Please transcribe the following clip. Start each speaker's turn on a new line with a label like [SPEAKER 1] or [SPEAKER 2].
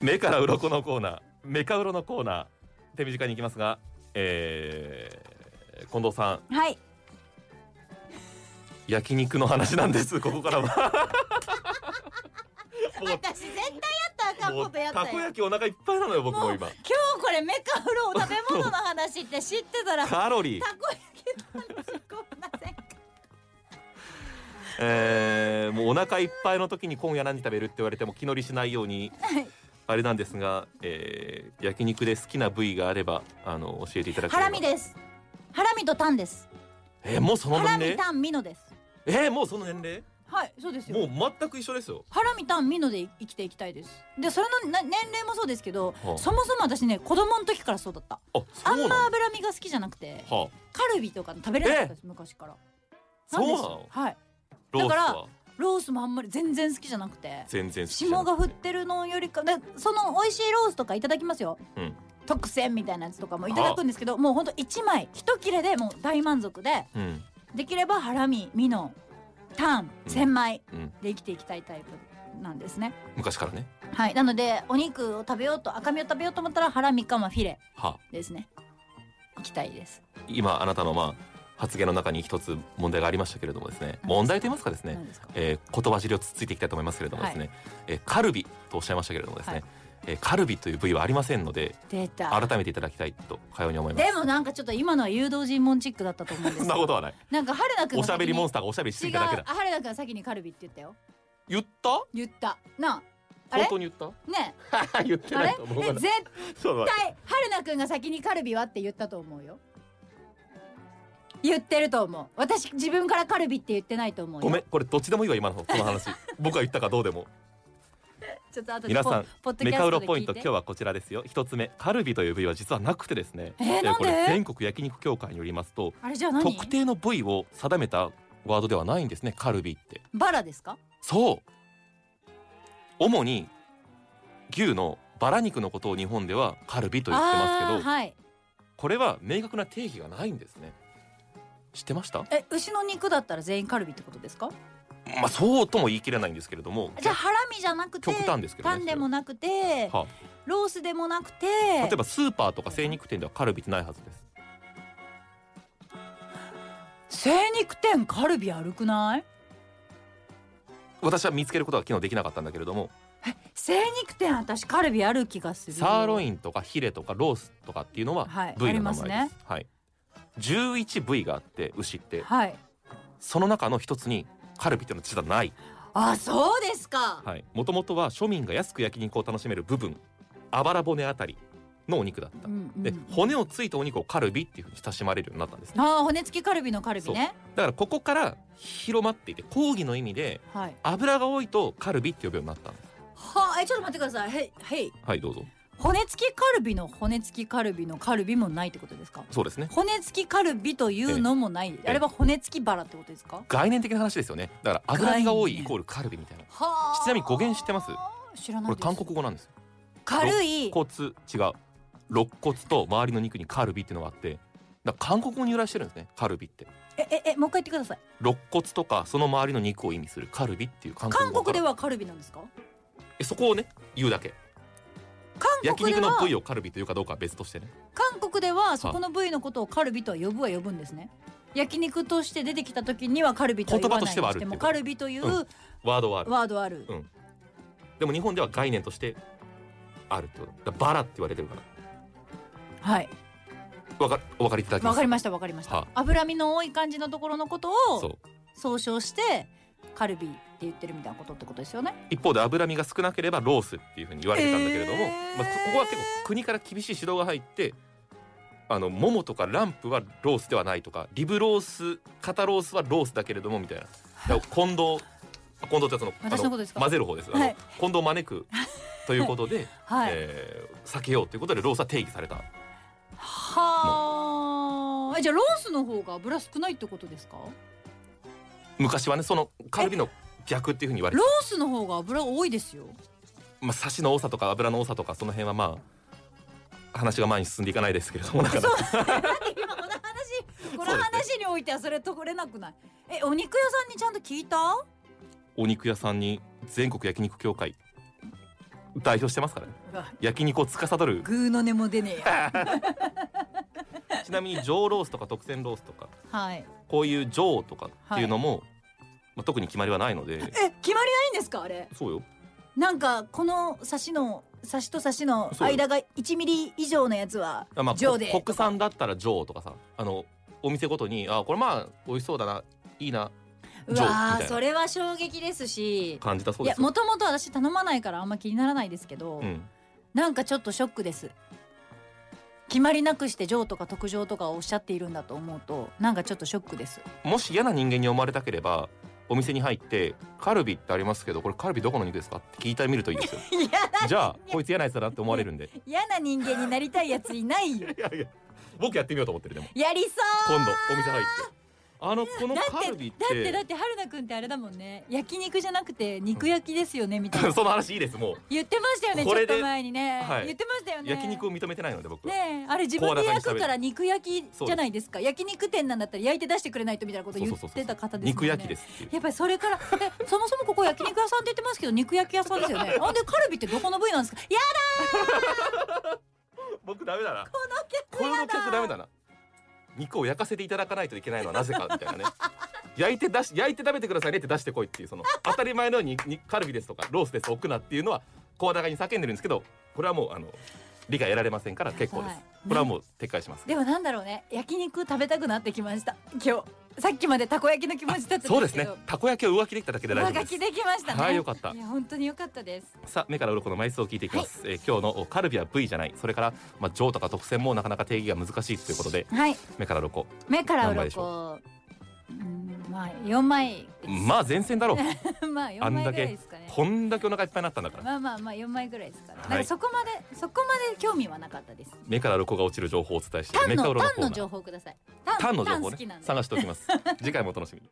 [SPEAKER 1] 目から鱗のコーナー目かうろのコーナー手短に行きますが、えー、近藤さん
[SPEAKER 2] はい
[SPEAKER 1] 焼肉の話なんです ここからはもう
[SPEAKER 2] 私絶対やったらあかん
[SPEAKER 1] も
[SPEAKER 2] こ
[SPEAKER 1] う
[SPEAKER 2] とやった
[SPEAKER 1] た
[SPEAKER 2] よ
[SPEAKER 1] こ
[SPEAKER 2] 今
[SPEAKER 1] 焼きお腹いっぱいなのよ僕も今
[SPEAKER 2] 日これメカフロお食べ物の話って知ってたらたこ
[SPEAKER 1] カロリー、
[SPEAKER 2] 焼きの話ごめんなさい
[SPEAKER 1] えー、もうお腹いっぱいの時に今夜何食べるって言われても気乗りしないように
[SPEAKER 2] はい
[SPEAKER 1] あれなんですが、えー、焼肉で好きな部位があればあの教えていただけ
[SPEAKER 2] ハ
[SPEAKER 1] れば
[SPEAKER 2] ラミですハラミとタンです
[SPEAKER 1] えー、もうその
[SPEAKER 2] ハラ
[SPEAKER 1] 年
[SPEAKER 2] ミ
[SPEAKER 1] 齢
[SPEAKER 2] タンミノです
[SPEAKER 1] えー、もうその年齢
[SPEAKER 2] はいそうですよ
[SPEAKER 1] もう全く一緒ですよ
[SPEAKER 2] ハラミタンミノで生きていきたいですでそれのな年齢もそうですけど
[SPEAKER 1] はあ
[SPEAKER 2] そもそも私ね子供の時からそうだった
[SPEAKER 1] あ
[SPEAKER 2] あ
[SPEAKER 1] そ
[SPEAKER 2] ん
[SPEAKER 1] うな
[SPEAKER 2] ま
[SPEAKER 1] んだ
[SPEAKER 2] 脂身が好きじゃなくて
[SPEAKER 1] はあ
[SPEAKER 2] カルビとか食べれなかったです昔から
[SPEAKER 1] そうな
[SPEAKER 2] なんです
[SPEAKER 1] の
[SPEAKER 2] はい
[SPEAKER 1] ロース
[SPEAKER 2] だから
[SPEAKER 1] は
[SPEAKER 2] ロースもあんまり全然好きじゃなくて
[SPEAKER 1] 全然好きじゃな
[SPEAKER 2] 霜
[SPEAKER 1] くて
[SPEAKER 2] が降ってるのよりかでその美味しいロースとかいただきますよ、
[SPEAKER 1] うん
[SPEAKER 2] 特選みたいなやつとかもいただくんですけどもうほんと1枚一切れでもう大満足で
[SPEAKER 1] うん
[SPEAKER 2] できればハラミミノンタン
[SPEAKER 1] うん
[SPEAKER 2] 千枚
[SPEAKER 1] うん
[SPEAKER 2] で生きていきたいタイプなんですね、
[SPEAKER 1] 昔からね
[SPEAKER 2] はいなのでお肉を食べようと赤身を食べようと思ったらハラミかまあフィレ
[SPEAKER 1] は
[SPEAKER 2] ですねいきたいです、
[SPEAKER 1] あ今あなたのまあ発言の中に一つ問題がありましたけれどもですね問題と言いますかですね
[SPEAKER 2] 何ですか
[SPEAKER 1] えー、言葉尻をつっついていきたいと思いますけれどもですね、えーカルビとおっしゃいましたけれどもですね、
[SPEAKER 2] はい
[SPEAKER 1] えーカルビという部位はありませんので
[SPEAKER 2] 出た
[SPEAKER 1] 改めていただきたいとかように思います
[SPEAKER 2] でもなんかちょっと今のは誘導尋問チックだったと思うん で
[SPEAKER 1] そん
[SPEAKER 2] す
[SPEAKER 1] なことはない
[SPEAKER 2] なんか春菜くん
[SPEAKER 1] お
[SPEAKER 2] が
[SPEAKER 1] しゃべ
[SPEAKER 2] 先
[SPEAKER 1] り
[SPEAKER 2] に
[SPEAKER 1] モンスターがおしゃべりして
[SPEAKER 2] 違
[SPEAKER 1] いうただけだ
[SPEAKER 2] あ春菜くんは先にカルビって言ったよ
[SPEAKER 1] 言った
[SPEAKER 2] 言ったなああれ
[SPEAKER 1] 本当に言っ
[SPEAKER 2] ね
[SPEAKER 1] た 言って
[SPEAKER 2] あ
[SPEAKER 1] な
[SPEAKER 2] れ
[SPEAKER 1] いと思う
[SPEAKER 2] え
[SPEAKER 1] まだ
[SPEAKER 2] 絶
[SPEAKER 1] ちょっと待って
[SPEAKER 2] 対春菜くんが先にカルビはって言ったと思うよ言ってると思う私自分からカルビって言ってないと思うよ
[SPEAKER 1] ごめんこれどっちでもいいわ今のこの話僕が言ったかどうで も
[SPEAKER 2] ちょっと後で
[SPEAKER 1] 皆さん
[SPEAKER 2] ポポッドキ
[SPEAKER 1] メ
[SPEAKER 2] ャス
[SPEAKER 1] カウ
[SPEAKER 2] ト
[SPEAKER 1] ロ
[SPEAKER 2] で
[SPEAKER 1] ポイント
[SPEAKER 2] 聞い
[SPEAKER 1] 今
[SPEAKER 2] て
[SPEAKER 1] 日はこちらですよ一つ目カルビという部位は実はなくてですね
[SPEAKER 2] えーなんで
[SPEAKER 1] これ全国焼肉協会によりますと
[SPEAKER 2] あれじゃあ何
[SPEAKER 1] 特定の部位を定めたワードではないんですねカルビって
[SPEAKER 2] バラですか
[SPEAKER 1] そう主に牛のバラ肉のことを日本ではカルビと言ってます
[SPEAKER 2] あ
[SPEAKER 1] け
[SPEAKER 2] ー
[SPEAKER 1] ど
[SPEAKER 2] はい
[SPEAKER 1] これは明確な定義がないんですね知ってました
[SPEAKER 2] え牛の肉だったら全員カルビってことですか
[SPEAKER 1] まあそうとも言い切れないんですけれども
[SPEAKER 2] じゃあハラミじゃなくて
[SPEAKER 1] 極端ですけどね
[SPEAKER 2] タンでもなくて
[SPEAKER 1] は
[SPEAKER 2] ロースでもなくて
[SPEAKER 1] 例えばスーパーとか精肉店ではカルビってないはずです
[SPEAKER 2] 精肉店カルビ歩くない
[SPEAKER 1] 私は見つけることが昨日できなかったんだけれども
[SPEAKER 2] 精肉店私カルビある気がする
[SPEAKER 1] サーロ
[SPEAKER 2] ン
[SPEAKER 1] インとかヒレとかロースとかっていうのは
[SPEAKER 2] はい
[SPEAKER 1] 部位の名前です。
[SPEAKER 2] あり
[SPEAKER 1] は
[SPEAKER 2] ま
[SPEAKER 1] い
[SPEAKER 2] すね
[SPEAKER 1] 11部位があって牛って
[SPEAKER 2] はい
[SPEAKER 1] その中の一つにカルビっていうのは実はない。
[SPEAKER 2] あそうですか、
[SPEAKER 1] はい。もともとは庶民が安く焼肉を楽しめる部分、あばら骨あたりのお肉だった
[SPEAKER 2] う。んうん、
[SPEAKER 1] で骨をついたお肉をカルビっていうふうに親しまれるようになったんですね。
[SPEAKER 2] あー骨付きカルビのカルビね
[SPEAKER 1] だからここから広まっていて講義の意味で
[SPEAKER 2] はい
[SPEAKER 1] 油が多いとカルビって呼ぶようになったんです。
[SPEAKER 2] はあえちょっと待ってくださいへいへい
[SPEAKER 1] はいどうぞ。
[SPEAKER 2] 骨付きカルビの骨付きカルビのカルビもないってことですか
[SPEAKER 1] そうですね。
[SPEAKER 2] 骨付きカルビというのもない
[SPEAKER 1] え
[SPEAKER 2] あれは骨付きバラってことですか
[SPEAKER 1] 概念的な話ですよね。だから油身が多いイコールカルビみたいな。
[SPEAKER 2] はあ
[SPEAKER 1] ちなみに語源知ってます
[SPEAKER 2] 知らな
[SPEAKER 1] こ
[SPEAKER 2] い
[SPEAKER 1] れ
[SPEAKER 2] で
[SPEAKER 1] 韓
[SPEAKER 2] す
[SPEAKER 1] 国語なんですよ。
[SPEAKER 2] 軽い
[SPEAKER 1] 肋骨違う肋骨と周りの肉にカルビっていうのがあってだから韓国語に由来してるんですねカルビって
[SPEAKER 2] えええもう一回言ってください
[SPEAKER 1] 肋骨とかその周りの肉を意味するカルビっていう韓国
[SPEAKER 2] 韓
[SPEAKER 1] 語
[SPEAKER 2] 国
[SPEAKER 1] から
[SPEAKER 2] ではカルビなんですか
[SPEAKER 1] えそこをね言うだけ
[SPEAKER 2] 韓
[SPEAKER 1] 焼
[SPEAKER 2] 国で
[SPEAKER 1] 肉の
[SPEAKER 2] は
[SPEAKER 1] 部位をカルビというかどうかは別としてね
[SPEAKER 2] 韓国ではそこの部位のことをカルビとは呼ぶは呼ぶんですね焼肉として出てきた時にはカルビとは言わないにして
[SPEAKER 1] 言葉
[SPEAKER 2] も
[SPEAKER 1] としてはあるっていうこと
[SPEAKER 2] カルビという
[SPEAKER 1] うワードはある
[SPEAKER 2] ワードはある、
[SPEAKER 1] うんでも日本では概念としてあるってことだからバラって言われてるから
[SPEAKER 2] はい
[SPEAKER 1] わかお分かりいただけま
[SPEAKER 2] わ
[SPEAKER 1] す
[SPEAKER 2] かりましたわかりました、
[SPEAKER 1] は
[SPEAKER 2] 脂身の多い感じのところのこと
[SPEAKER 1] そ
[SPEAKER 2] を
[SPEAKER 1] う
[SPEAKER 2] 総称してカルビって言ってるみたいなことってことですよね
[SPEAKER 1] 一方で脂身が少なければロースっていうふうに言われてたんだけれども、
[SPEAKER 2] えー
[SPEAKER 1] まあ、ここは結構国から厳しい指導が入ってあのももとかランプはロースではないとかリブロース肩ロースはロースだけれどもみたいな だから近藤近藤ってそのあ
[SPEAKER 2] 私のことですか
[SPEAKER 1] 混ぜる方です、あの
[SPEAKER 2] はい
[SPEAKER 1] 近藤を招 くということで、
[SPEAKER 2] はい、
[SPEAKER 1] えー避けようということでロースは定義された
[SPEAKER 2] はあえじゃあロースの方が油少ないってことですか
[SPEAKER 1] 昔はねそのカルビの逆っていうふうに言われ
[SPEAKER 2] ロ
[SPEAKER 1] て、
[SPEAKER 2] ースの方が油多いですよ
[SPEAKER 1] まあ、サシの多さとか脂の多さとかその辺はまあ話が前に進んでいかないですけれどもだから
[SPEAKER 2] そう今この話この話においてはそれとれなくないえお肉屋さんにちゃんと聞いた
[SPEAKER 1] お肉屋さんに全国焼肉協会代表してますからね焼肉を司る
[SPEAKER 2] グーの根も出ねえや
[SPEAKER 1] ちなみに上ロースとか特選ロースとか
[SPEAKER 2] はい
[SPEAKER 1] こういう上とかっていうのも、まあ、特に決まりはないので
[SPEAKER 2] え決まりないんですかあれ
[SPEAKER 1] そうよ
[SPEAKER 2] なんかこの差しの差しと差しの間が1ミリ以上のやつは
[SPEAKER 1] あまあ、
[SPEAKER 2] 上
[SPEAKER 1] こ
[SPEAKER 2] で
[SPEAKER 1] 国産だったら上とかさあのお店ごとにあこれまあ美味しそうだないいな
[SPEAKER 2] う
[SPEAKER 1] 上み
[SPEAKER 2] わ
[SPEAKER 1] たいな
[SPEAKER 2] ーそれは衝撃ですし
[SPEAKER 1] 感じたそう
[SPEAKER 2] い
[SPEAKER 1] で
[SPEAKER 2] や
[SPEAKER 1] すよ
[SPEAKER 2] もともと私頼まないからあんま気にならないですけど、
[SPEAKER 1] うん、
[SPEAKER 2] なんかちょっとショックです決まりなくして上とか特上とかをおっしゃっているんだと思うとなんかちょっとショックです
[SPEAKER 1] もし嫌な人間に思われたければお店に入って「カルビってありますけどこれカルビどこの肉ですか?」って聞いてみるといいですよ
[SPEAKER 2] 嫌な
[SPEAKER 1] じゃあこいつ嫌なやつだなって思われるんで
[SPEAKER 2] 嫌な人間になりたいやついない よ
[SPEAKER 1] いやいや僕やってみようと思ってるでも
[SPEAKER 2] やりそ
[SPEAKER 1] 今度お店入ってあのこの
[SPEAKER 2] うだっ
[SPEAKER 1] カ
[SPEAKER 2] て
[SPEAKER 1] ルビっ
[SPEAKER 2] だってだってて春菜くんってあれだもんね焼肉じゃなくて肉焼きですよねみたいな
[SPEAKER 1] その話いいですもう
[SPEAKER 2] 言ってましたよねち
[SPEAKER 1] こ
[SPEAKER 2] ょっ
[SPEAKER 1] れで
[SPEAKER 2] と前にね、
[SPEAKER 1] はい
[SPEAKER 2] 言ってましたよね
[SPEAKER 1] 焼肉を認めてないので僕は
[SPEAKER 2] ねえあれ自分で焼くから肉焼
[SPEAKER 1] そ
[SPEAKER 2] き
[SPEAKER 1] うです
[SPEAKER 2] じゃないですか焼肉店なんだったら焼いて出してくれないとみたいなこと
[SPEAKER 1] そう
[SPEAKER 2] 言
[SPEAKER 1] そうそう
[SPEAKER 2] っ
[SPEAKER 1] そう
[SPEAKER 2] てた方ですもんね
[SPEAKER 1] 肉焼きですっていう
[SPEAKER 2] やっぱりそれからえそもそもここ焼肉屋さんって言ってますけど肉焼き屋さ んですよねあんでカルビってどこの部位なんですかいや
[SPEAKER 1] 僕ダメだなこの客ダメだな肉を焼かせていただかないといけないのはなぜかみたいなね焼いて出し焼いて食べてくださいねって出してこいっていうその当たり前のようににカルビですとかロースです置くなっていうのは声高に叫んでるんですけどこれはもうあの理解得られませんから結構です
[SPEAKER 2] やばいね
[SPEAKER 1] これはもう撤回します
[SPEAKER 2] でもなんだろうね焼肉食べたくなってきました今日さっきまでたこ焼きの気持ちだったんですけど
[SPEAKER 1] そうですねたこ焼きを上書きできただけで大
[SPEAKER 2] 上
[SPEAKER 1] 丈
[SPEAKER 2] 書
[SPEAKER 1] 夫
[SPEAKER 2] き
[SPEAKER 1] で
[SPEAKER 2] できましたね
[SPEAKER 1] はいよかった
[SPEAKER 2] いや本当によかったです
[SPEAKER 1] すさあ目から鱗の枚数を聞いていきます、えー今日のカルビは部位じゃないそれからまあ上とか特選もなかなか定義が難しいということ で
[SPEAKER 2] はい
[SPEAKER 1] 目から鱗
[SPEAKER 2] 目から
[SPEAKER 1] 何枚でし
[SPEAKER 2] 鱗うんまあ四枚
[SPEAKER 1] まあ前線だろう
[SPEAKER 2] あまあ
[SPEAKER 1] あ
[SPEAKER 2] 四
[SPEAKER 1] ん
[SPEAKER 2] 枚
[SPEAKER 1] だ
[SPEAKER 2] ぐらい
[SPEAKER 1] け
[SPEAKER 2] ですかね
[SPEAKER 1] こんだけお腹いっぱいになったんだから
[SPEAKER 2] まあまあまあ四枚ぐらいですから、
[SPEAKER 1] はい
[SPEAKER 2] なんかそこまでそこまで興味はなかったです。
[SPEAKER 1] 目から鱗が落ちる情報をお伝えして
[SPEAKER 2] タン
[SPEAKER 1] メカウ
[SPEAKER 2] の
[SPEAKER 1] ロの
[SPEAKER 2] タ
[SPEAKER 1] コー
[SPEAKER 2] ン
[SPEAKER 1] ナ
[SPEAKER 2] の
[SPEAKER 1] ー
[SPEAKER 2] 情報ください。タ
[SPEAKER 1] タンの情報
[SPEAKER 2] タン好き
[SPEAKER 1] ね
[SPEAKER 2] なんで。
[SPEAKER 1] 探しておきます次回もお楽しみに